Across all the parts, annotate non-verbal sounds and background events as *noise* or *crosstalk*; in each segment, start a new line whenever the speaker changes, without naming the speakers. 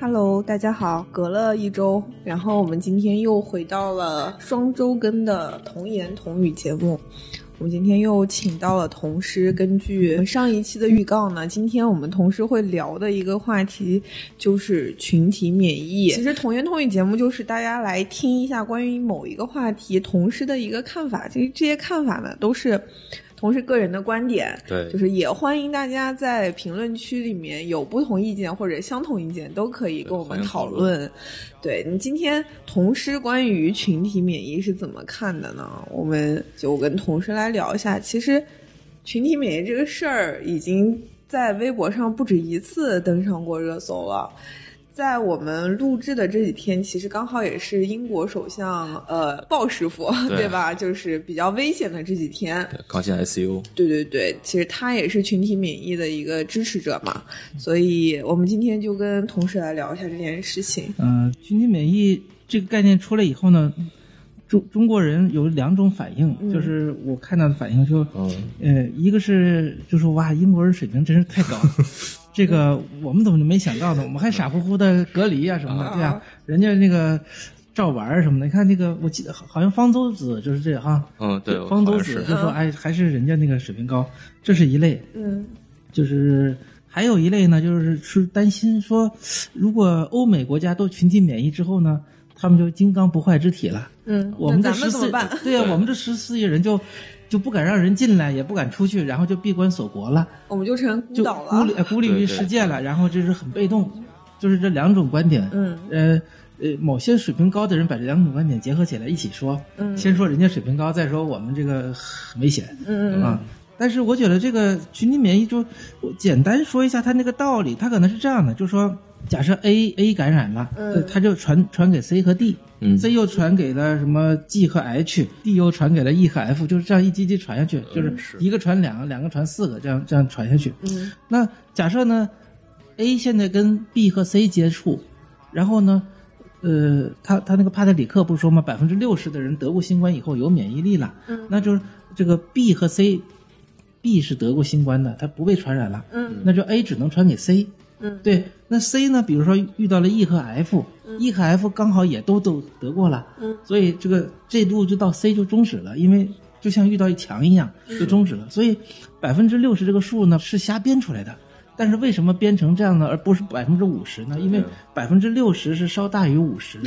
Hello，大家好，隔了一周，然后我们今天又回到了双周更的童言童语节目。我们今天又请到了童师，根据上一期的预告呢，今天我们童师会聊的一个话题就是群体免疫。其实童言童语节目就是大家来听一下关于某一个话题童师的一个看法，这这些看法呢都是。同是个人的观点，
对
就是也欢迎大家在评论区里面有不同意见或者相同意见都可以跟我们
欢迎
讨
讨
论。对你今天童师关于群体免疫是怎么看的呢？我们就跟童师来聊一下。其实群体免疫这个事儿已经在微博上不止一次登上过热搜了。在我们录制的这几天，其实刚好也是英国首相呃鲍师傅
对
对吧？就是比较危险的这几天，
刚进 ICU，
对对对，其实他也是群体免疫的一个支持者嘛，所以我们今天就跟同事来聊一下这件事情。
嗯，群体免疫这个概念出来以后呢，中中国人有两种反应，就是我看到的反应就，
嗯，
呃，一个是就说哇，英国人水平真是太高
*laughs*
了。这个我们怎么就没想到呢？我们还傻乎乎的隔离啊什么的，对
啊
啊，人家那个照玩儿什么的。你看那个，我记得好好像方舟子就是这个哈、
嗯，对，我
方
好
舟
像
子
是
就说哎，还是人家那个水平高，这是一类。
嗯
就是还有一类呢，就是是担心说，如果欧美国家都群体免疫之后呢，他们就金刚不坏之体了。
嗯，
我们
那
这
咱们
十
怎么
四
办？，
对呀、啊
对
我们这十四亿人就就不敢让人进来，也不敢出去，然后就闭关锁国了，
我们就成孤
就
岛
孤立
了。
呃孤立
对对
于世界了，然后就是很被动，就是这两种观点。
嗯
呃呃，某些水平高的人把这两种观点结合起来一起说，
嗯
先说人家水平高，再说我们这个很危险。
嗯嗯
啊。但是我觉得这个群体免疫就，我简单说一下它那个道理，它可能是这样的，就是说，假设 A A 感染了，
嗯
呃它就传传给 C 和 D，
嗯
c 又传给了什么 G 和 H，D 又传给了 E 和 F，就是这样一级级传下去，就是
嗯是
一个传两个，两个传四个，这样这样传下去。
嗯
那假设呢，A 现在跟 B 和 C 接触，然后呢，呃，他他那个帕特里克不是说吗？百分之六十的人得过新冠以后有免疫力了，
嗯
那就是这个 B 和 C，B 是得过新冠的，它不被传染了，
嗯
那就 A 只能传给 C，
嗯
对，那 C 呢，比如说遇到了 E 和 F，E、和 F 刚好也都都得过了，
嗯
所以这个这路就到 C 就终止了，因为就像遇到一墙一样
嗯
就终止了。所以百分之六十这个数呢是瞎编出来的，但是为什么编成这样呢，而不是百分之五十呢？因为百分之六十是稍大于五
*laughs*
十。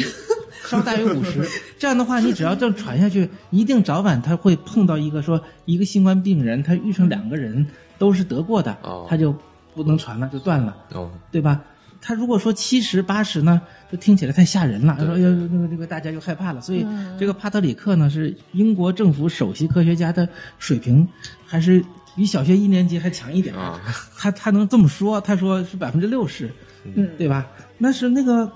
稍大于五十，这样的话，你只要这传下去，一定早晚他会碰到一个说一个新冠病人，他遇上两个人都是得过的
哦，
他就不能传了，就断了。
哦，
对吧？他如果说七十八十呢，就听起来太吓人了。他说：“哎呦，那个这个大家就害怕了。”所以这个帕特里克呢，是英国政府首席科学家的水平，还是比小学一年级还强一点
啊。
*laughs* 他他能这么说，他说是百分之六十，
嗯
对吧？那是那个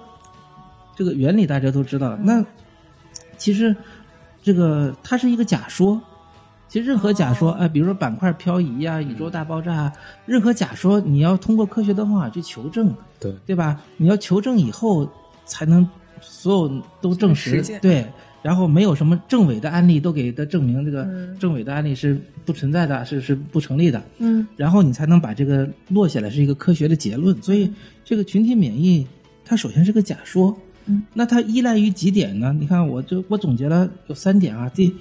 这个原理大家都知道了。那其实这个它是一个假说，其实任何假说，哎、比如说板块漂移啊、宇宙大爆炸啊，任何假说你要通过科学的方法去求证，
对，
对吧？你要求证以后才能所有都证
实
实
践，
对。然后没有什么证伪的案例都给它证明，这个
嗯
证伪的案例是不存在的，是是不成立的。
嗯
然后你才能把这个落下来，是一个科学的结论。所以这个群体免疫，它首先是个假说，
嗯，
那它依赖于几点呢？你看，我就我总结了有三点啊。第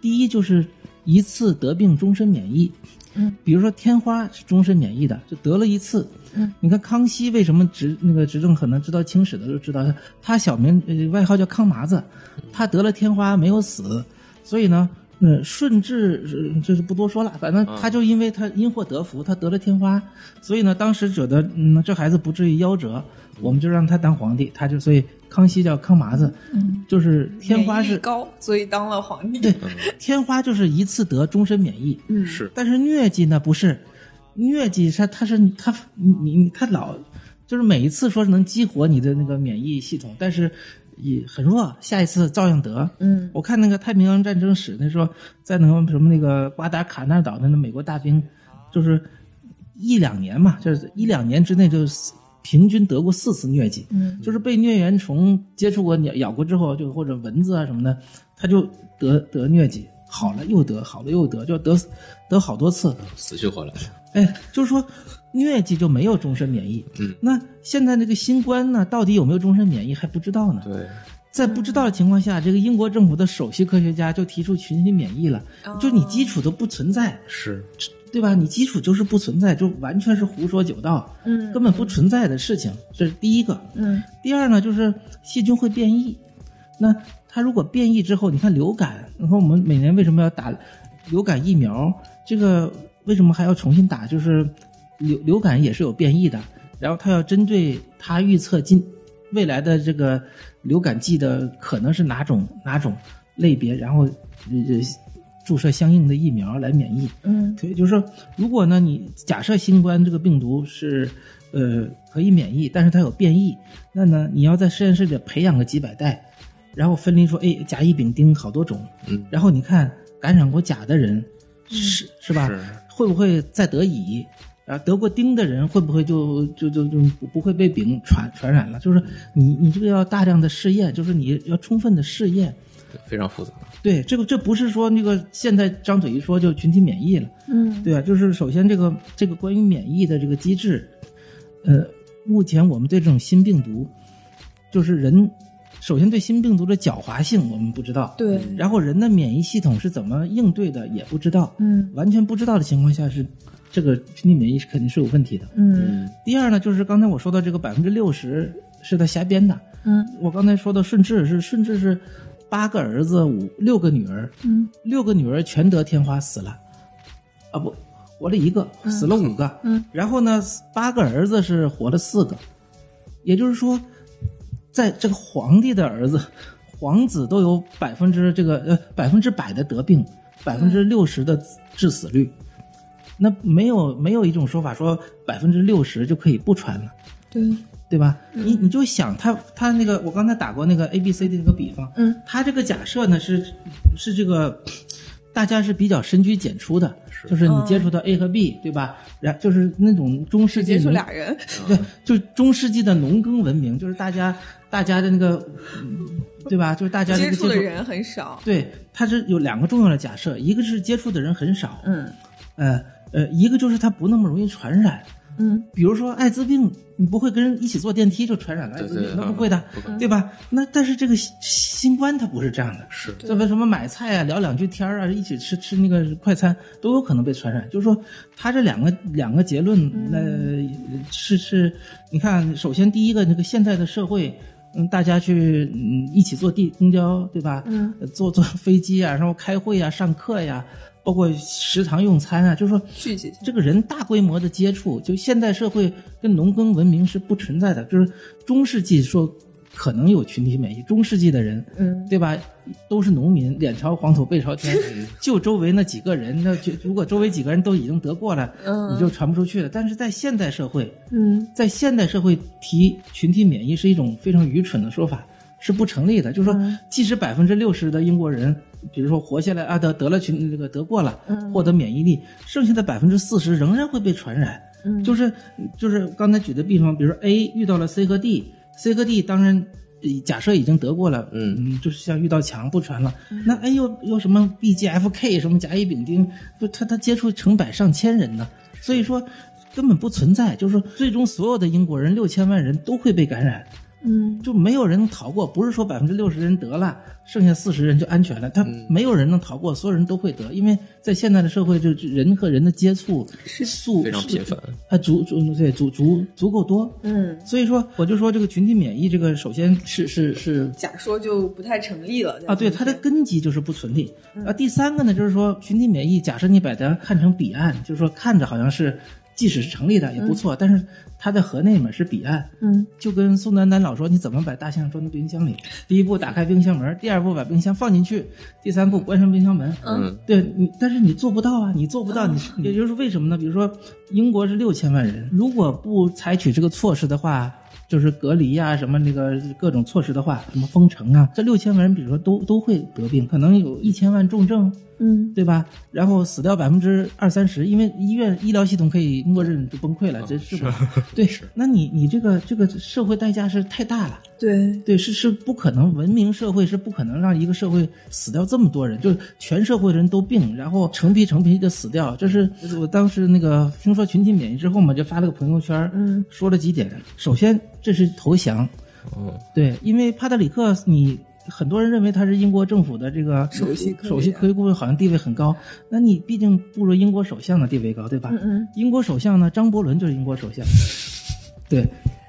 第一就是一次得病终身免疫，
嗯，
比如说天花是终身免疫的，就得了一次，
嗯，
你看康熙为什么执那个执政可能知道清史的都知道，他小名呃外号叫康麻子，他得了天花没有死，所以呢。嗯，顺治呃就是不多说了，反正他就因为他因祸得福，他得了天花，所以呢，当时觉得嗯，这孩子不至于夭折，我们就让他当皇帝，他就所以康熙叫康麻子，
嗯，
就是天花
免疫力
是
高，所以当了皇帝。
对，天花就是一次得终身免疫，
嗯
是
但是疟疾呢不是，疟疾它它是它你你它老就是每一次说是能激活你的那个免疫系统，但是也很弱，下一次照样得。
嗯
我看那个太平洋战争史，那时候在那个什么那个瓜达卡纳尔岛的那美国大兵，就是一两年嘛，就是一两年之内就是平均得过四次疟疾。
嗯
就是被疟原虫接触过、咬咬过之后，就或者蚊子啊什么的，他就得得疟疾。好了又得，好了又得，就得得好多次。
死去活来，
哎，就是说疟疾就没有终身免疫。
嗯，
那现在这个新冠呢，到底有没有终身免疫还不知道呢。
对，
在不知道的情况下，这个英国政府的首席科学家就提出群体免疫了，就你基础都不存在，
是，
对吧？你基础就是不存在，就完全是胡说九道，
嗯
根本不存在的事情。这是第一个。
嗯
第二呢，就是细菌会变异。那它如果变异之后，你看流感，然后我们每年为什么要打流感疫苗？这个为什么还要重新打？就是流流感也是有变异的，然后它要针对它预测今未来的这个流感季的可能是哪种哪种类别，然后呃注射相应的疫苗来免疫。
嗯
对，就是说，如果呢，你假设新冠这个病毒是呃可以免疫，但是它有变异，那呢，你要在实验室里培养个几百代，然后分离出，哎，甲乙丙丁好多种，
嗯
然后你看感染过甲的人是是吧
是，
会不会再得乙？然后得过丁的人会不会就就就就不不会被丙传传染了？就是你你这个要大量的试验，就是你要充分的试验。
对非常复杂。
对，这个这不是说那个现在张嘴一说就群体免疫了，
嗯
对啊，就是首先这个这个关于免疫的这个机制，呃，目前我们对这种新病毒，就是人首先对新病毒的狡猾性我们不知道，，
对，
然后人的免疫系统是怎么应对的也不知道，
嗯
完全不知道的情况下是这个群体免疫是肯定是有问题的。
嗯
第二呢，就是刚才我说到这个百分之六十是他瞎编的，
嗯
我刚才说的顺治是顺治是八个儿子五六个女儿，
嗯
六个女儿全得天花死了，啊不，活了一个，死了五个。
嗯，
然后呢，八个儿子是活了四个，也就是说，在这个皇帝的儿子、皇子都有百分之这个呃百分之百的得病，百分之六十的致死率。那没有没有一种说法说百分之六十就可以不传了。
对，
对吧？你
嗯
你就想他他那个，我刚才打过那个 A B C 的那个比方，
嗯，
他这个假设呢是是这个大家是比较深居简出的，就是你接触到 A 和 B，、对吧？然就是那种中世纪
嗯接触
农
俩人，
对，就是中世纪的农耕文明，就是大家大家的那个，嗯对吧？就是大家这
接
个
触的人很少。
对，它是有两个重要的假设，一个是接触的人很少，
嗯
呃呃，一个就是它不那么容易传染，
嗯
比如说艾滋病，你不会跟人一起坐电梯就传染了艾
对
滋
对
病，
对
那
嗯
不会的
不可，能
对吧？那但是这个新新冠它不是这样的，
是
这为什么买菜啊、聊两句天儿啊、一起吃吃那个快餐都有可能被传染？就是说，它这两个两个结论，那、是是，你看，首先第一个，那个现在的社会。嗯，大家去嗯一起坐地公交，对吧？
嗯
呃，坐坐飞机啊，然后开会啊、上课呀、包括食堂用餐啊，就是说
聚集性
这个人大规模的接触，就现代社会跟农耕文明是不存在的。就是中世纪说可能有群体免疫，中世纪的人，
嗯
对吧？都是农民，脸朝黄土背朝天，就周围那几个人，那就如果周围几个人都已经得过了，
嗯
你就传不出去了。但是在现代社会，
嗯
在现代社会提群体免疫是一种非常愚蠢的说法，是不成立的。就是说，即使百分之六十的英国人，比如说活下来啊，得得了群那个得过了，获得免疫力，剩下的百分之四十仍然会被传染。
嗯
就是就是刚才举的比方，比如说 A 遇到了 C 和 D，C 和 D 当然。呃假设已经得过了，
嗯
就是像遇到强不传了，那 A 又又什么 B、G、F、K 什么甲乙丙丁，不，他他接触成百上千人呢，所以说根本不存在，就是说最终所有的英国人六千万人都会被感染，
嗯
就没有人能逃过。不是说百分之六十人得了，剩下四十人就安全了，他
嗯
没有人能逃过，所有人都会得，因为在现在的社会，就就人和人的接触速
非常频繁，
啊，足足对足足足够多。
嗯，
所以说，我就说这个群体免疫，这个首先是是是
假说就不太成立了
啊，对，它的根基就是不存立。啊，第三个呢，就是说群体免疫，假设你把它看成彼岸，就是说看着好像是，即使是成立的也不错，但是它在河内嘛是彼岸。
嗯
就跟宋丹丹老说，你怎么把大象装进冰箱里？第一步打开冰箱门，第二步把冰箱放进去，第三步关上冰箱门。
嗯，
对你，但是你做不到啊，你做不到，你是也就是为什么呢？比如说，英国是六千万人，如果不采取这个措施的话，就是隔离啊，什么那个各种措施的话，什么封城啊，这六千万人，比如说都都会得病，可能有一千万重症，
嗯
对吧？然后死掉百分之二三十，因为医院医疗系统可以默认就崩溃了，这是吧？对，那你你这个这个社会代价是太大了。
对，
对，是是不可能，文明社会是不可能让一个社会死掉这么多人，就是全社会人都病，然后成批成批的死掉。这
嗯
是我当时那个听说群体免疫之后嘛，就发了个朋友圈，
嗯，
说了几点。首先，这是投降，
嗯，
对，因为帕特里克，你很多人认为他是英国政府的这个
首席科学家
首席科学顾问，好像地位很高。那你毕竟不如英国首相的地位高，对吧？
嗯嗯
英国首相呢，张伯伦就是英国首相，对，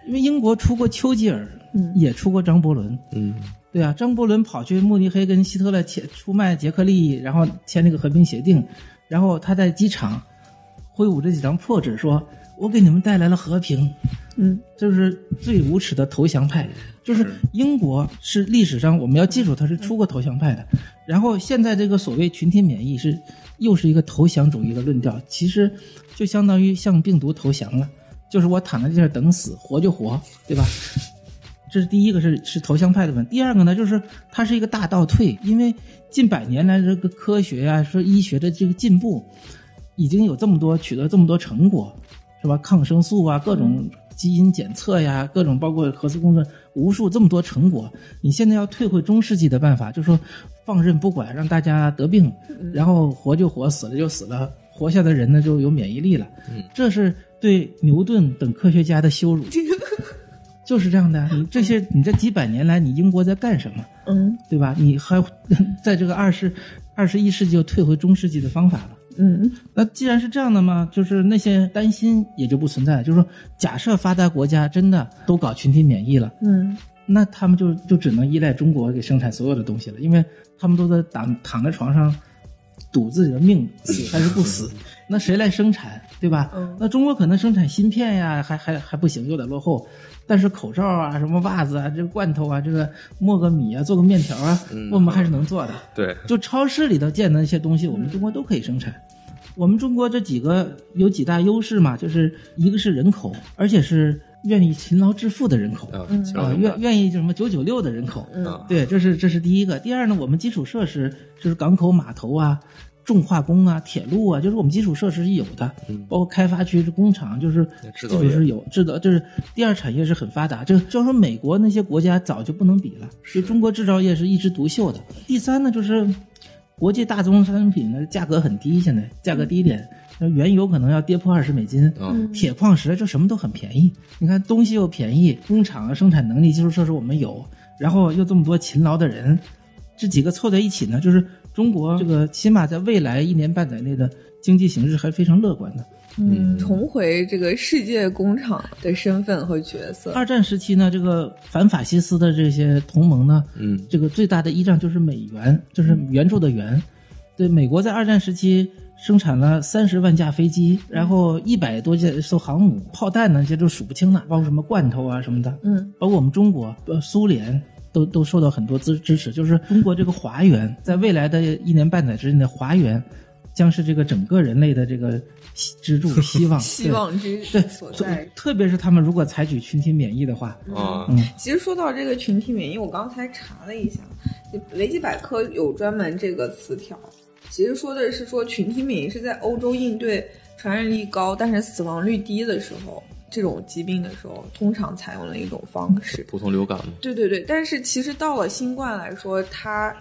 因为英国出过丘吉尔，
嗯
也出过张伯伦，
嗯，
对啊，张伯伦跑去慕尼黑跟希特勒签出卖捷克利益，然后签那个和平协定，然后他在机场挥舞着几张破纸说：“我给你们带来了和平。”
嗯，
就是最无耻的投降派，就是英国是历史上我们要记住它是出过投降派的，然后现在这个所谓群体免疫是又是一个投降主义的论调，其实就相当于向病毒投降了，就是我躺在这儿等死，活就活，对吧？这是第一个是是投降派的问题，第二个呢就是它是一个大倒退，因为近百年来这个科学啊，说医学的这个进步，已经有这么多取得这么多成果，是吧？抗生素啊，各种基因检测呀，各种包括核磁共振，无数这么多成果，你现在要退回中世纪的办法，就是说放任不管，让大家得病，然后活就活，死了就死了，活下的人呢就有免疫力了，这是对牛顿等科学家的羞辱。就是这样的，啊你这些你这几百年来，你英国在干什么？
嗯
对吧？你还 *laughs* 在这个二十二十一世纪又退回中世纪的方法了。
嗯
那既然是这样的嘛，就是那些担心也就不存在了。就是说，假设发达国家真的都搞群体免疫了，
嗯，
那他们就就只能依赖中国给生产所有的东西了，因为他们都在躺躺在床上赌自己的命，死还是不死？ *laughs* 那谁来生产，对吧？
嗯
那中国可能生产芯片呀，还还还不行，有点落后。但是口罩啊，什么袜子啊，这个罐头啊，这个磨个米啊，做个面条啊，我们还是能做的。
对，
就超市里头见的那些东西，我们中国都可以生产。我们中国这几个有几大优势嘛，就是一个是人口，而且是愿意勤劳致富的人口，
啊，
啊，愿愿意什么九九六的人口，
啊，
对，这是这是第一个。第二呢，我们基础设施就是港口、码头啊、重化工啊、铁路啊，就是我们基础设施是有的，包括开发区、工厂，就是
制
基
造
础
业
是有制造，就是第二产业是很发达。这就说美国那些国家早就不能比了，就中国制造业是一枝独秀的。第三呢，就是国际大宗商品的价格很低，现在价格低点，那原油可能要跌破二十美金，
嗯
铁矿石就什么都很便宜。你看东西又便宜，工厂啊生产能力、基础设施我们有，然后又这么多勤劳的人，这几个凑在一起呢，就是中国这个起码在未来一年半载内的经济形势还是非常乐观的。
嗯，重回这个世界工厂的身份和角色。
二战时期呢，这个反法西斯的这些同盟呢，
嗯
这个最大的依仗就是美元，就是援助的援。对，美国在二战时期生产了三十万架飞机，然后一百多架艘航母、炮弹呢，这都数不清了，包括什么罐头啊什么的。
嗯，
包括我们中国、呃苏联都都受到很多支支持。就是中国这个华元，在未来的一年半载之内，华元将是这个整个人类的这个希支柱、希望、
希望之
对
所在。
特别是他们如果采取群体免疫的话，
啊，
其实说到这个群体免疫，我刚才查了一下，维基百科有专门这个词条，其实说的是说群体免疫是在欧洲应对传染力高但是死亡率低的时候，这种疾病的时候，通常采用的一种方式。
普通流感嘛，
对对对，但是其实到了新冠来说，它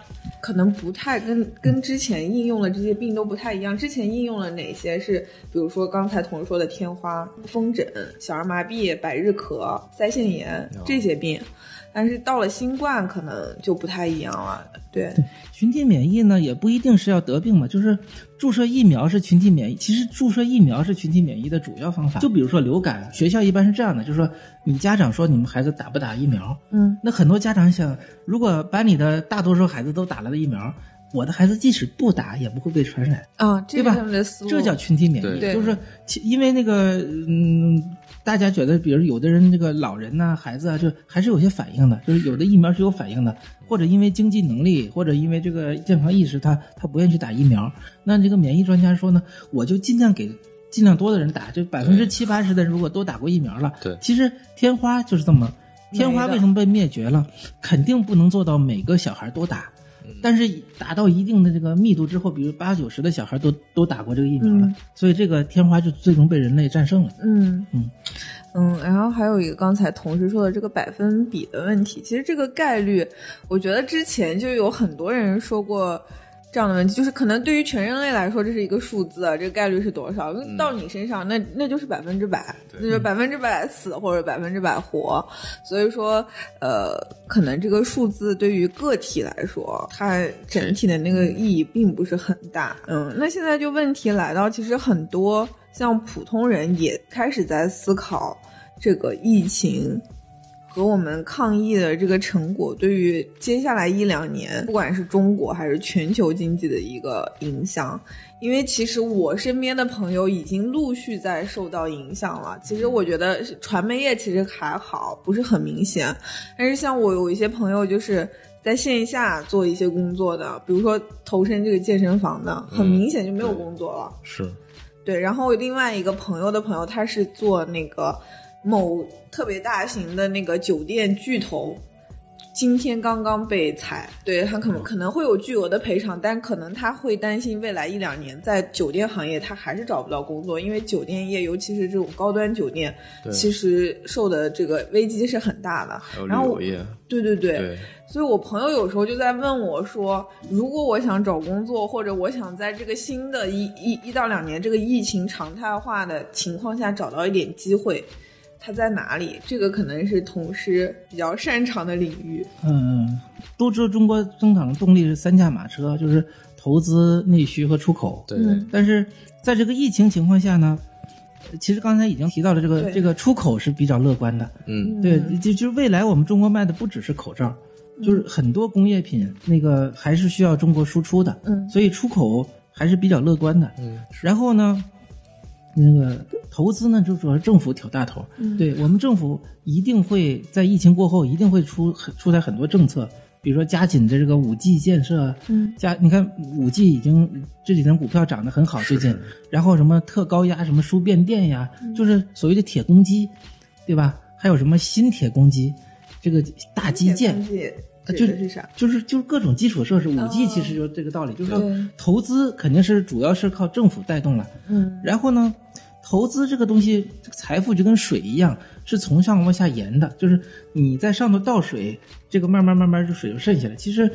可能不太跟跟之前应用的这些病都不太一样。之前应用了哪些是，比如说刚才同事说的天花、风疹、小儿麻痹、百日咳、腮腺炎
哦
这些病，但是到了新冠可能就不太一样了。对，
群体免疫呢，也不一定是要得病嘛，就是注射疫苗是群体免疫，其实注射疫苗是群体免疫的主要方法。就比如说流感，学校一般是这样的，就是说你家长说你们孩子打不打疫苗，
嗯，
那很多家长想，如果把你的大多数孩子都打了疫苗，我的孩子即使不打也不会被传染，
啊，这
对
是
吧
他们的思路，
这叫群体免
对
疫，
对
就是其因为那个嗯。大家觉得，比如有的人这个老人呐、孩子啊，就还是有些反应的，就是有的疫苗是有反应的，或者因为经济能力，或者因为这个健康意识，他他不愿意去打疫苗。那这个免疫专家说呢，我就尽量给尽量多的人打，就百分之七八十的人如果都打过疫苗了，
对
其实天花就是这么，天花为什么被灭绝了？肯定不能做到每个小孩都打，但是达到一定的这个密度之后，比如八九十的小孩都都打过这个疫苗了，
嗯
所以这个天花就最终被人类战胜了。
嗯
嗯
嗯，然后还有一个刚才同事说的这个百分比的问题，其实这个概率，我觉得之前就有很多人说过这样的问题，就是可能对于全人类来说这是一个数字，啊这个概率是多少？到你身上，那那就是百分之百，
对
那就是百分之百死或者百分之百活。所以说，呃，可能这个数字对于个体来说，它整体的那个意义并不是很大。嗯，那现在就问题来到，其实很多像普通人也开始在思考这个疫情。和我们抗疫的这个成果，对于接下来一两年，不管是中国还是全球经济的一个影响，因为其实我身边的朋友已经陆续在受到影响了。其实我觉得是传媒业其实还好，不是很明显。但是像我有一些朋友就是在线下做一些工作的，比如说投身这个健身房的，很明显就没有工作了。
是，
对，然后另外一个朋友的朋友，他是做那个某特别大型的那个酒店巨头，今天刚刚被裁，对他可能可能会有巨额的赔偿，但可能他会担心未来一两年在酒店行业他还是找不到工作，因为酒店业，尤其是这种高端酒店，
对
其实受的这个危机是很大的
还有。旅
然后我
游，业，
对对对，
对，
所以我朋友有时候就在问我说，如果我想找工作，或者我想在这个新的一一一到两年这个疫情常态化的情况下找到一点机会，它在哪里？这个可能是同事比较擅长的领域。
嗯，嗯，都知道中国增长动力是三驾马车，就是投资、内需和出口。
对，
嗯
但是在这个疫情情况下呢，呃其实刚才已经提到了这个
对
这个出口是比较乐观的。
嗯，
对，
嗯
就就未来我们中国卖的不只是口罩，就是很多工业品那个还是需要中国输出的，
嗯
所以出口还是比较乐观的。
嗯，
然后呢，那个投资呢，就主要是政府挑大头。
嗯
对我们政府一定会在疫情过后，一定会出很出台很多政策，比如说加紧的这个五 G 建设，
嗯，
加你看五 G 已经这几天股票涨得很好，最近，然后什么特高压什么输变电呀，
嗯
就是所谓的铁公鸡，对吧？还有什么新铁公鸡，这个大基建，
这
就
个是啥？
就是就是各种基础设施，五 G
哦
其实就是这个道理，就是说
对
投资肯定是主要是靠政府带动了，
嗯
然后呢，投资这个东西，这个财富就跟水一样，是从上往下延的，就是你在上头倒水，这个慢慢慢慢就水就渗下来。其实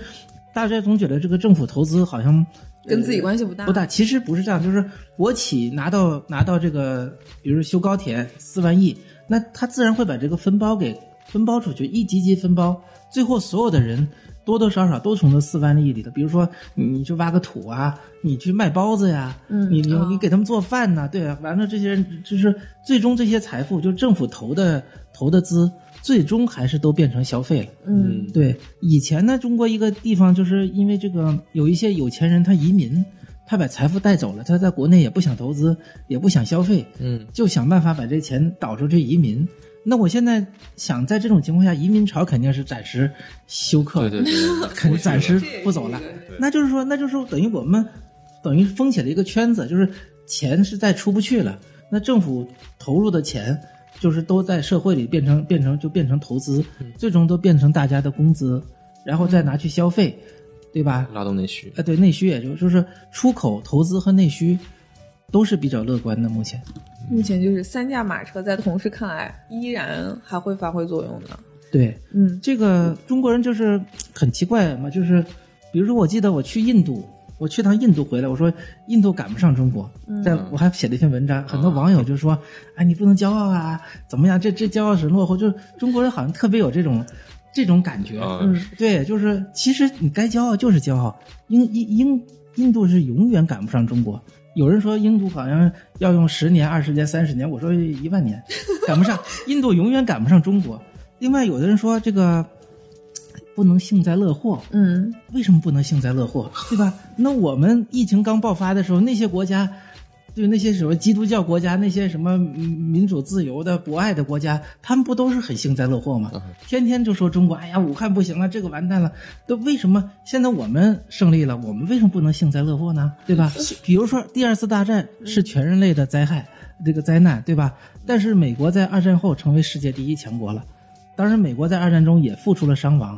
大家总觉得这个政府投资好像
跟自己
系。
关系不大。嗯
不大，其实不是这样，就是国企拿到拿到这个，比如说修高铁四万亿，那他自然会把这个分包给分包出去，一级级分包，最后所有的人多多少少都从这四万亿里头，比如说你去挖个土啊，你去卖包子呀，
嗯
你你
哦
你给他们做饭呐、对啊，完了这些人就是最终这些财富，就是政府投的投的资，最终还是都变成消费了。
嗯
对，以前呢，中国一个地方就是因为这个有一些有钱人他移民，他把财富带走了，他在国内也不想投资，也不想消费，
嗯，
就想办法把这钱倒出去移民。那我现在想，在这种情况下，移民潮肯定是暂时休克
对
的，
对对，
肯定暂时
这也是
不走了
一个。
那就是说，那就是说等于我们等于封起了一个圈子，就是钱是再出不去了。那政府投入的钱，就是都在社会里变成变成就变成投资，最终都变成大家的工资，然后再拿去消费，对吧？
拉动内需，
啊，对，内需也就就是出口、投资和内需都是比较乐观的。目前，
目前就是三驾马车，在同事看来依然还会发挥作用的。
对，
嗯
这个中国人就是很奇怪嘛，就是比如说，我记得我去印度，我去趟印度回来，我说印度赶不上中国，但我还写了一篇文章，很多网友就说，哎，你不能骄傲啊，怎么样？这这骄傲是落后，就是中国人好像特别有这种这种感觉，
啊，
嗯
是
*laughs* 对，就是其实你该骄傲就是骄傲，英英英印度是永远赶不上中国。有人说印度好像要用十年、二十年、三十年，我说一万年赶不上，印度永远赶不上中国。另外，有的人说这个不能幸灾乐祸，
嗯
为什么不能幸灾乐祸，对吧？那我们疫情刚爆发的时候，那些国家，对那些什么基督教国家，那些什么嗯民主自由的博爱的国家，他们不都是很幸灾乐祸吗？天天就说中国，哎呀，武汉不行了，这个完蛋了。那为什么现在我们胜利了，我们为什么不能幸灾乐祸呢？对吧？比如说第二次大战是全人类的灾害，这个灾难，对吧？但是美国在二战后成为世界第一强国了。当然，美国在二战中也付出了伤亡，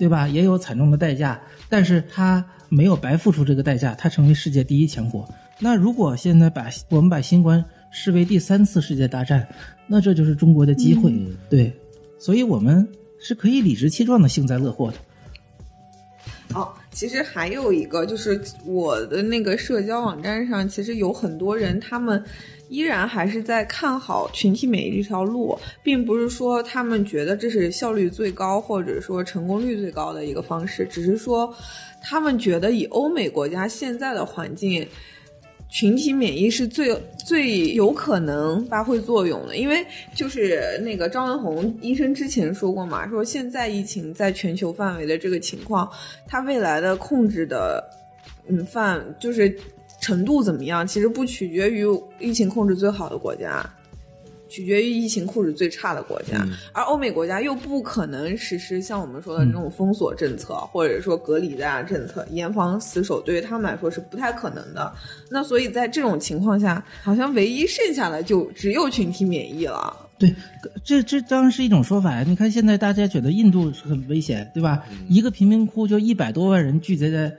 对吧？也有惨重的代价，但是它没有白付出这个代价，它成为世界第一强国。那如果现在把我们把新冠视为第三次世界大战，那这就是中国的机会，对，所以我们是可以理直气壮的幸灾乐祸的。
哦，其实还有一个就是我的那个社交网站上，其实有很多人他们依然还是在看好群体美这条路，并不是说他们觉得这是效率最高或者说成功率最高的一个方式，只是说他们觉得以欧美国家现在的环境。群体免疫是最最有可能发挥作用的，因为就是那个张文宏医生之前说过嘛，说现在疫情在全球范围的这个情况，它未来的控制的嗯范就是程度怎么样，其实不取决于疫情控制最好的国家，取决于疫情控制最差的国家，
嗯
而欧美国家又不可能实施像我们说的那种封锁政策，或者说隔离的啊政策，严防死守，对于他们来说是不太可能的。那所以在这种情况下，好像唯一剩下的就只有群体免疫了。
对，这这当然是一种说法呀。你看现在大家觉得印度很危险，对吧？一个贫民窟就一百多万人聚集在，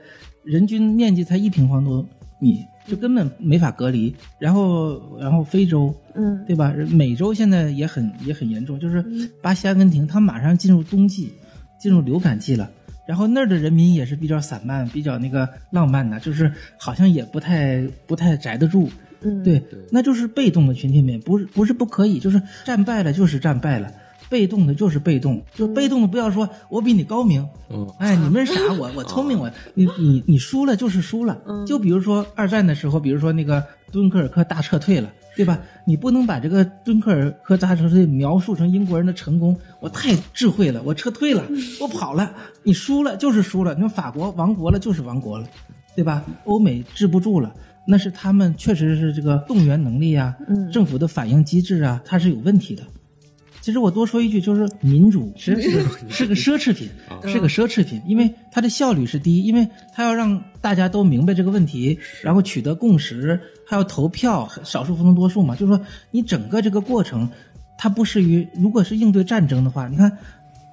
人均面积才一平方多米，就根本没法隔离。然后，然后非洲，
嗯，
对吧？美洲现在也很也很严重，就是巴西、阿根廷，他们马上进入冬季，进入流感季了。然后那儿的人民也是比较散漫、比较那个浪漫的，就是好像也不太不太宅得住。
嗯
对，那就是被动的群体免，不是不是不可以，就是战败了就是战败了，被动的就是被动，就被动的不要说我比你高明，
嗯
哎，你们傻，我我聪明，我你你你输了就是输了。就比如说二战的时候，比如说那个敦刻尔克大撤退了，对吧？你不能把这个敦刻尔克大撤退描述成英国人的成功，我太智慧了，我撤退了，我跑了，你输了就是输了，你说法国亡国了就是亡国了，对吧？欧美治不住了。那是他们确实是这个动员能力啊，政府的反应机制啊，它是有问题的。其实我多说一句，就是民主其实是是个奢侈品，是个奢侈品，因为它的效率是第一，因为它要让大家都明白这个问题，然后取得共识，还要投票，少数服从多数嘛。就是说，你整个这个过程，它不适于，如果是应对战争的话，你看，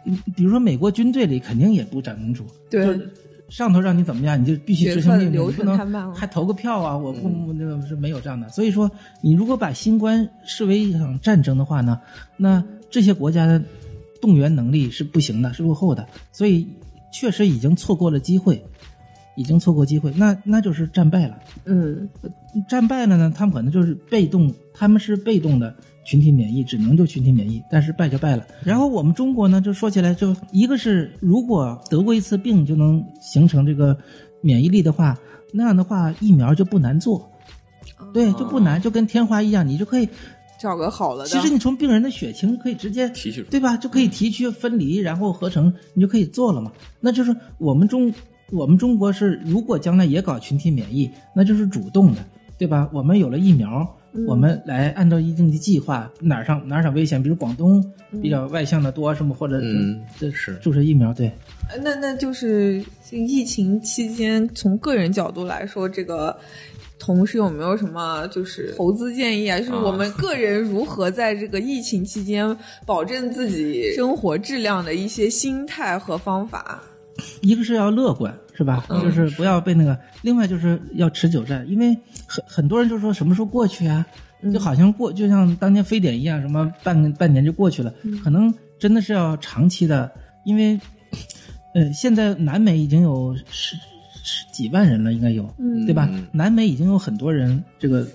嗯比如说美国军队里肯定也不讲民主，
对
就是上头让你怎么样，你就必须执行命令，
决策流
你
程
不
太慢了嗯
能还投个票啊！我不那个是没有这样的。所以说，你如果把新冠视为一场战争的话呢，那这些国家的动员能力是不行的，是落后的，所以确实已经错过了机会，已经错过机会，那那就是战败了。
嗯
战败了呢，他们可能就是被动，他们是被动的群体免疫，只能就群体免疫，但是败就败了。然后我们中国呢，就说起来就一个是，如果得过一次病就能形成这个免疫力的话，那样的话疫苗就不难做，对，就不难，就跟天花一样，你就可以。
找个好了的。
其实你从病人的血清可以直接
提取出来
对吧？就可以提取、分离，然后合成，你就可以做了嘛。那就是我们中我们中国是，如果将来也搞群体免疫，那就是主动的，对吧？我们有了疫苗，我们来按照一定的计划，哪儿上哪儿上危险，比如广东比较外向的多，什么或者
嗯
这
是
注射疫苗，对，
呃那那就是疫情期间，从个人角度来说，这个同事有没有什么就是投资建议啊？就是我们个人如何在这个疫情期间保证自己生活质量的一些心态和方法？
一个是要乐观，是吧？
嗯
就是不要被那个，另外就是要持久战，因为很很多人就说什么时候过去啊，
嗯
就好像过就像当年非典一样，什么半半年就过去了，
嗯
可能真的是要长期的，因为呃，现在南美已经有十十几万人了，应该有，
嗯
对吧？南美已经有很多人，这个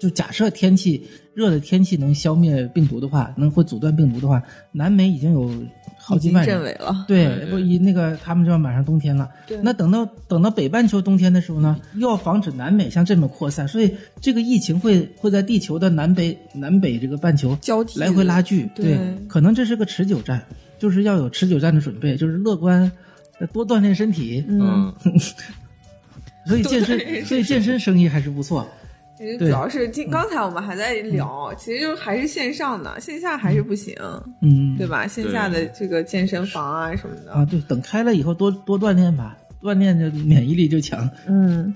就假设天气热的天气能消灭病毒的话，能会阻断病毒的话，南美已经有好
已
几
经
万人
证。伪了，
对，不一那个他们就要马上冬天了。那等到等到北半球冬天的时候呢，又要防止南美向这边扩散，所以这个疫情会会在地球的南北南北这个半球
交替
来回拉锯。
对
可能这是个持久战，就是要有持久战的准备，就是乐观，呃多锻炼身体。
嗯，
所以健
多锻炼
身，所以健身生意还是不错。
其实主
对嗯
要是今刚才我们还在聊，其实就还是线上的，线下还是不行，
嗯，
对吧？线下的这个健身房啊什么的，
啊，对，等开了以后多多锻炼吧。锻炼就免疫力就强。
嗯，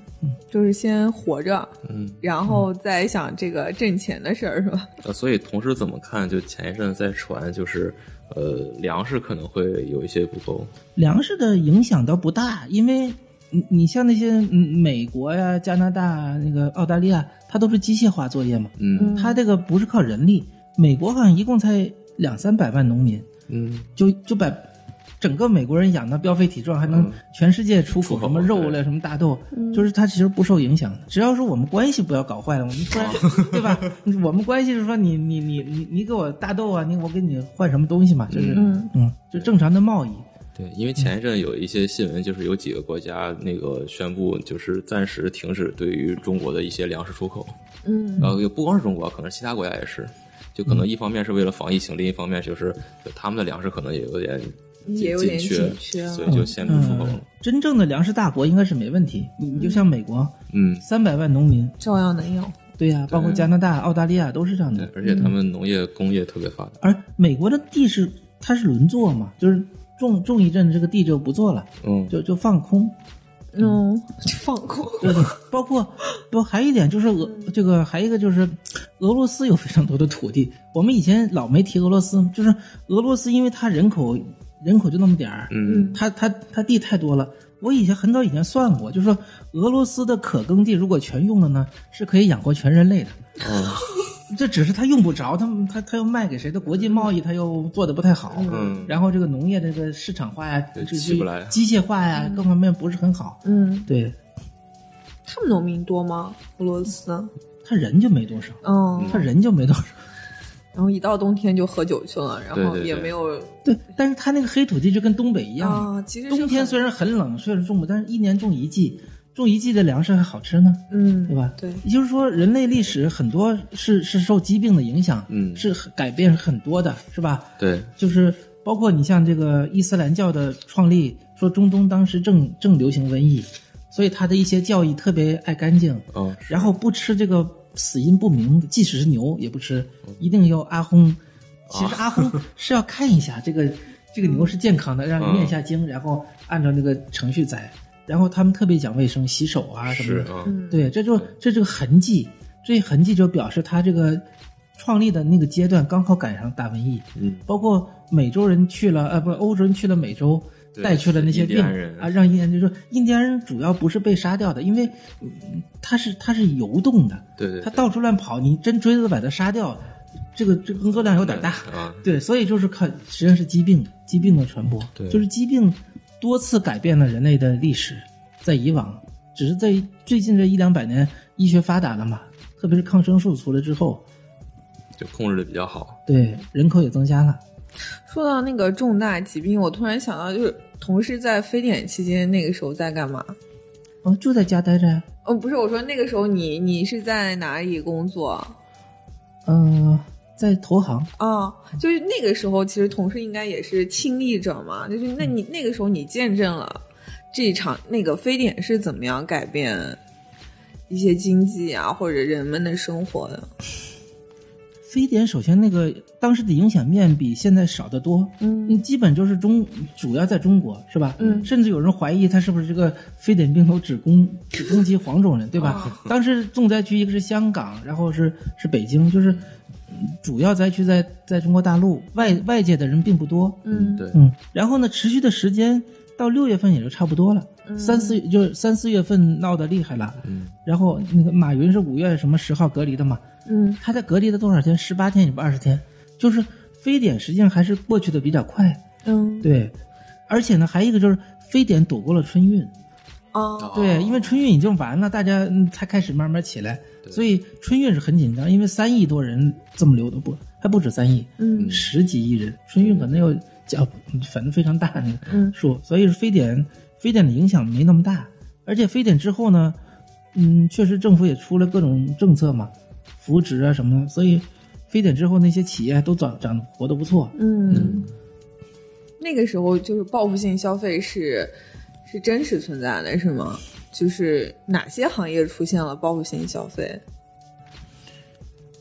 就是先活着，
嗯，
然后再想这个挣钱的事儿，是吧？
呃，所以同时怎么看？就前一阵在传，就是呃，粮食可能会有一些不够。
粮食的影响倒不大，因为你你像那些嗯美国呀、加拿大、啊那个澳大利亚，它都是机械化作业嘛，
嗯
它这个不是靠人力。美国好像一共才两三百万农民，
嗯，
就就把整个美国人养的膘肥体壮，还能
嗯
全世界出
出
口
口
什么肉
对嗯
了、什么大豆，就是它其实不受影响的。只要是我们关系不要搞坏了，我们突然
哦
对吧？ *laughs* 我们关系是说你你你你你给我大豆啊，你我给你换什么东西嘛，就是
嗯
嗯，就正常的贸易。
对，因为前一阵有一些新闻，就是有几个国家那个宣布，就是暂时停止对于中国的一些粮食出口。
嗯
呃，也不光是中国，可能其他国家也是。就可能一方面是为了防疫情，另一方面就是就他们的粮食可能也有点嗯紧
也有点
缺
紧，缺啊
所以就先不出口了。
真正的粮食大国应该是没问题。你你就像美国，
嗯，
三百万农民，
照样能要。
对呀、包括加拿大、澳大利亚都是这样
嗯对
的，。
而且他们农业工业特别发达。
而美国的地是它是轮作嘛，就是种种一阵，这个地就不做了，
嗯，
就就放空。
嗯，放空。
对，包括不还有一点就是俄这个还有一个就是俄罗斯有非常多的土地，我们以前老没提俄罗斯，就是俄罗斯因为它人口人口就那么点儿，
嗯，
它它它地太多了。我以前很早以前算过，就是说俄罗斯的可耕地如果全用了呢，是可以养活全人类的。
嗯
哦，
这只是他用不着，他们他他又卖给谁的国际贸易，他又做的不太好。
嗯
然后这个农业这个市场化呀，
对
这
起不来
这机械化呀，各方面不是很好。
嗯，
对，
他们农民多吗？俄罗斯？
他人就没多少，
嗯，
他人就没多少。
然后一到冬天就喝酒去了，然后
对对对
也没有
对，但是他那个黑土地就跟东北一样嘛，
啊。其实是
冬天
很
虽然很冷，虽然种不，但是一年种一季，种一季的粮食还好吃呢。
嗯，
对吧？
对，
也就是说，人类历史很多是是受疾病的影响，
嗯
是改变很多的，是吧？
对，
就是包括你像这个伊斯兰教的创立，说中东当时正正流行瘟疫，所以他的一些教义特别爱干净，
哦，
然后不吃这个死因不明，即使是牛也不吃，一定要阿訇。
啊
其实阿訇是要看一下这个这个牛是健康的，让你念一下
嗯
经，然后按照那个程序宰。然后他们特别讲卫生，洗手啊什么
是
的。
啊，
嗯，
对，这就这这个痕迹，这些痕迹就表示他这个创立的那个阶段刚好赶上大瘟疫，
嗯，
包括美洲人去了，呃，不，欧洲人去了美洲，
对
带去了那些
印第
病
安人
啊，让印第安人就说，印第安人主要不是被杀掉的，因为嗯他是他是游动的，
对对，
他
对
到处乱跑，你真追着把他杀掉，这个这工作量有点大，
啊，
对，所以就是看实际上是疾病，疾病的传播，
对
就是疾病多次改变了人类的历史，在以往，只是在最近这一两百年，医学发达了嘛，特别是抗生素出来之后，
就控制的比较好。
对人口也增加了，
说到那个重大疾病，我突然想到，就是同事在非典期间那个时候在干嘛？
哦，就在家待着呀、
哦，不是，我说那个时候你你是在哪里工作
嗯，在投行，
啊？就是那个时候，其实同事应该也是亲历者嘛。就是那你那个时候你见证了这一场那个非典是怎么样改变一些经济啊或者人们的生活的？
非典首先那个当时的影响面比现在少得多，
嗯，
基本就是中主要在中国是吧？
嗯
甚至有人怀疑它是不是这个非典病毒只攻只攻击黄种人，对吧？当时重灾区一个是香港，然后是是北京，就是嗯主要灾区在在中国大陆，外外界的人并不多，
嗯
对，
嗯，然后呢，持续的时间到六月份也就差不多了，
嗯
三四就是三四月份闹得厉害了，
嗯，
然后那个马云是五月什么十号隔离的嘛，
嗯
他在隔离了多少天？十八天也不二十天，就是非典实际上还是过去的比较快。
嗯
对，而且呢，还有一个就是非典躲过了春运。
啊
哦
对，因为春运已经完了，大家嗯才开始慢慢起来，所以春运是很紧张，因为三亿多人这么流的不还不止三亿，
嗯
十几亿人，春运可能有叫反正非常大那
嗯
个数，所以非典非典的影响没那么大，而且非典之后呢，嗯，确实政府也出了各种政策嘛，扶植啊什么的，所以非典之后那些企业都涨涨活得不错，
嗯，那个时候就是报复性消费是是真实存在的，是吗？就是哪些行业出现了报复性消费？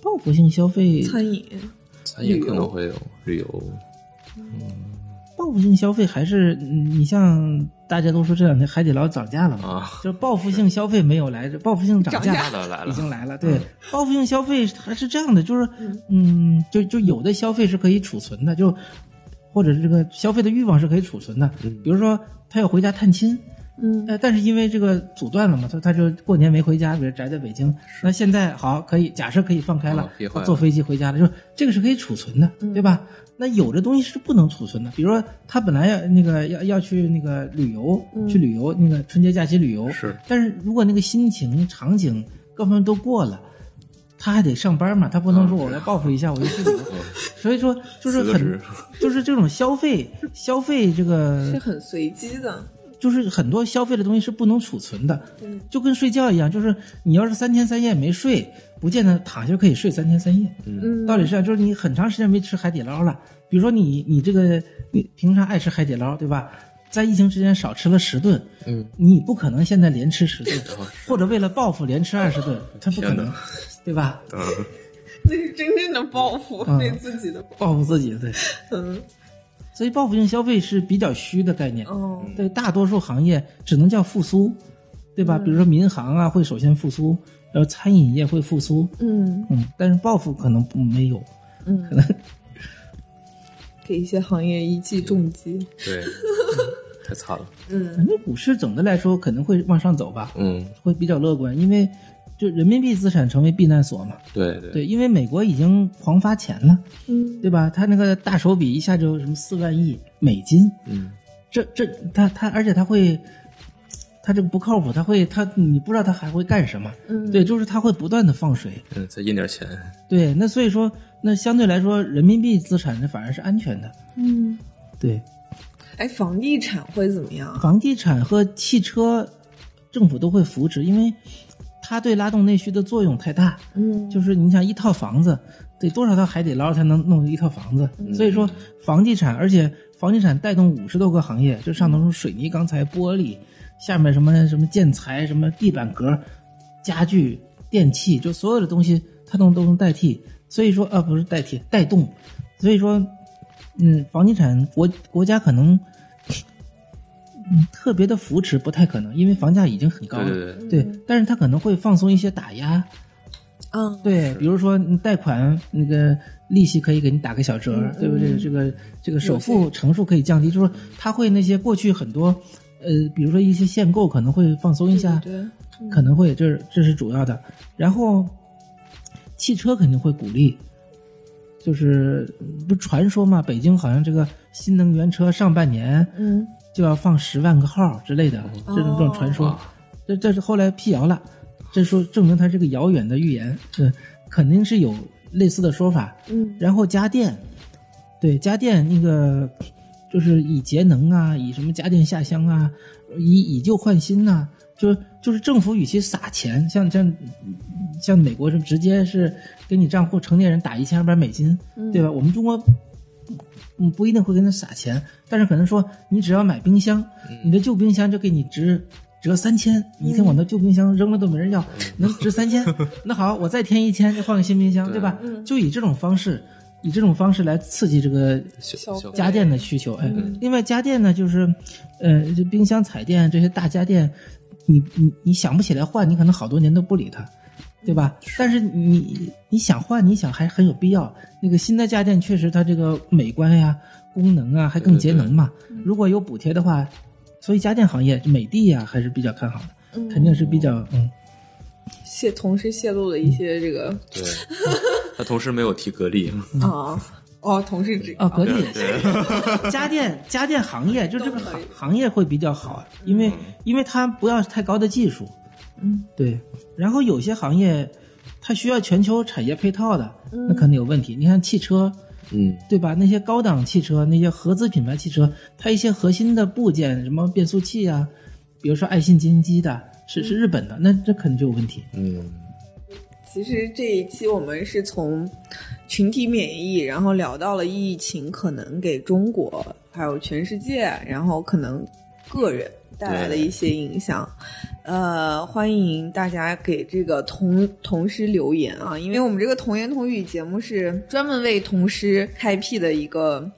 报复性消费
餐饮，
餐饮可能会有旅游，
报复性消费还是嗯你像大家都说这两天海底捞涨价了嘛， *laughs*
啊，
就是报复性消费没有来，报复性涨
涨
价
价
大的来
已
了，
经来了。对，报复性消费还是这样的，就是嗯，就就有的消费是可以储存的，就或者是这个消费的欲望是可以储存的。比如说他要回家探亲，
嗯，
呃，但是因为这个阻断了嘛，他他就过年没回家，比如宅在北京。那现在好，可以假设可以放开了
啊憋，坏
他
了
坐飞机回家了，就是这个是可以储存的，
嗯
对吧？那有的东西是不能储存的，比如说他本来要那个要要去那个旅游，
嗯
去旅游那个春节假期旅游
是，
但是如果那个心情、场景各方面都过了。他还得上班嘛，他不能说我来报复一下，我就去旅游。所以说，就是
嗯辞个
很
职，
*laughs* 就是这种消费，消费这个
是很随机的，
就是很多消费的东西是不能储存的，就跟睡觉一样，就是你要是三天三夜没睡，不见得躺下就可以睡三天三夜。
嗯，
道理是这样，就是你很长时间没吃海底捞了，比如说你你这个你平常爱吃海底捞，对吧？在疫情之间少吃了十顿，
嗯，
你不可能现在连吃 *laughs* 十顿，或者为了报复连吃二十 *laughs* 顿，他不可
天
能
哪，
对吧？
嗯，
那是真正的报复，
嗯
对自己的报
报复自己，对，
复，嗯，
所以报复性消费是比较虚的概念。
哦，
对大多数行业只能叫复苏，对吧？比如说民航啊会首先复苏，然后餐饮业会复苏，
嗯，
嗯，但是报复可能不没有，
嗯
可能
给一些行业一记重击，
*laughs*
对，太惨了，
嗯
反正股市总的来说可能会往上走吧，
嗯，
会比较乐观，因为就人民币资产成为避难所嘛，
对对，
对，因为美国已经狂发钱了，
嗯
对吧？他那个大手笔一下就什么四万亿美金，
嗯，
这这他他，而且他会，他这个不靠谱，他会他你不知道他还会干什么，
嗯
对，就是他会不断的放水，
嗯，再印点钱，
对，那所以说，那相对来说，人民币资产呢反而是安全的。
嗯，
对，
哎，房地产会怎么样啊？
房地产和汽车，政府都会扶持，因为它对拉动内需的作用太大。
嗯
就是你想一套房子得多少套海底捞才能弄一套房子，
嗯
所以说房地产，而且房地产带动五十多个行业，就上头什么水泥、钢材、玻璃，下面什么什么建材、什么地板革、家具、电器，就所有的东西它都都能代替，所以说啊不是代替带动，所以说呃嗯，房地产国国家可能。嗯，特别的扶持不太可能，因为房价已经很高
对
了。
对对，
对但是它可能会放松一些打压，
嗯，
对，比如说你贷款那个利息可以给你打个小折，
嗯
对不对？这个这个首付成数可以降低，就是说他会那些过去很多，呃，比如说一些限购可能会放松一下，
对，嗯
可能会这是这是主要的。然后汽车肯定会鼓励，就是嗯不是传说嘛，北京好像这个新能源车上半年
嗯
就要放十万个号之类的，这种这种传说
哇，
这这是后来辟谣了，这说证明它是个遥远的预言，嗯，肯定是有类似的说法。
嗯
然后家电，对家电那个就是以节能啊，以什么家电下乡啊，以以旧换新呐、就就是政府与其撒钱，像像像美国是直接是给你账户成年人打一千二百美金，对吧？我们中国嗯，不一定会给他撒钱，但是可能说你只要买冰箱，你的旧冰箱就给你值折三千，你一天我那旧冰箱扔了都没人要， *laughs* 能值三千，那好，我再添一千，就换个新冰箱，对吧？就以这种方式，以这种方式来刺激这个
小小
家电的需求。哎，另外家电呢，就是呃，这冰箱、彩电这些大家电，你你你想不起来换，你可能好多年都不理它。对吧？但是你你想换，你想还很有必要。那个新的家电确实它这个美观呀、功能啊，还更节能嘛。如果有补贴的话，所以家电行业美的呀、还是比较看好的，肯定是比较嗯。
泄同时泄露了一些这个
对，
*laughs*
他同时没有提格力，
啊哦，同事之
啊，格力
对
也是
对，
*laughs* 家电家电行业，就这个
都可
行
以
行业会比较好，啊因为因为它不要太高的技术，嗯，对。然后有些行业它需要全球产业配套的，
嗯
那肯定有问题。你看汽车，
嗯，
对吧？那些高档汽车，那些合资品牌汽车，它一些核心的部件，什么变速器啊，比如说爱信精英机的，是是日本的，那这肯定就有问题。
嗯，
其实这一期我们是从群体免疫，然后聊到了疫情可能给中国还有全世界，然后可能个人带来的一些影响。呃，欢迎大家给这个童童诗留言啊，因为我们这个童言童语节目是专门为童诗开辟的一个。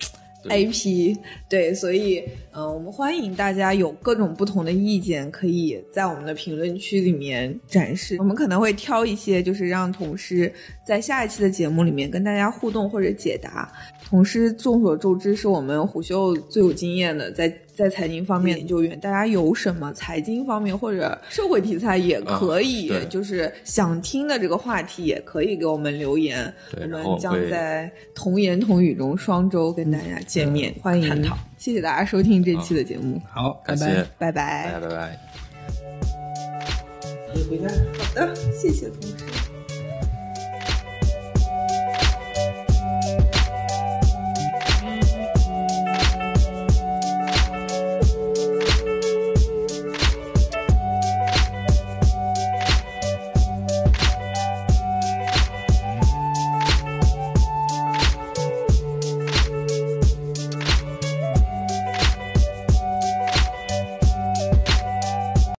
对
IP，对，所以，嗯、我们欢迎大家有各种不同的意见，可以在我们的评论区里面展示。我们可能会挑一些，就是让同事在下一期的节目里面跟大家互动或者解答。同事众所周知是我们虎嗅最有经验的，在在财经方面的研究员，大家有什么财经方面或者社会题材也可以，
啊对
就是想听的这个话题也可以给我们留言。我
对然
们
后
将
会
在童言童语中双周跟大家见面，欢迎
探讨。
谢谢大家收听这期的节目，
好，拜
感谢
拜
拜。
大
哎
拜
家，。拜拜。
可以回家。
嗯好的，谢谢同事。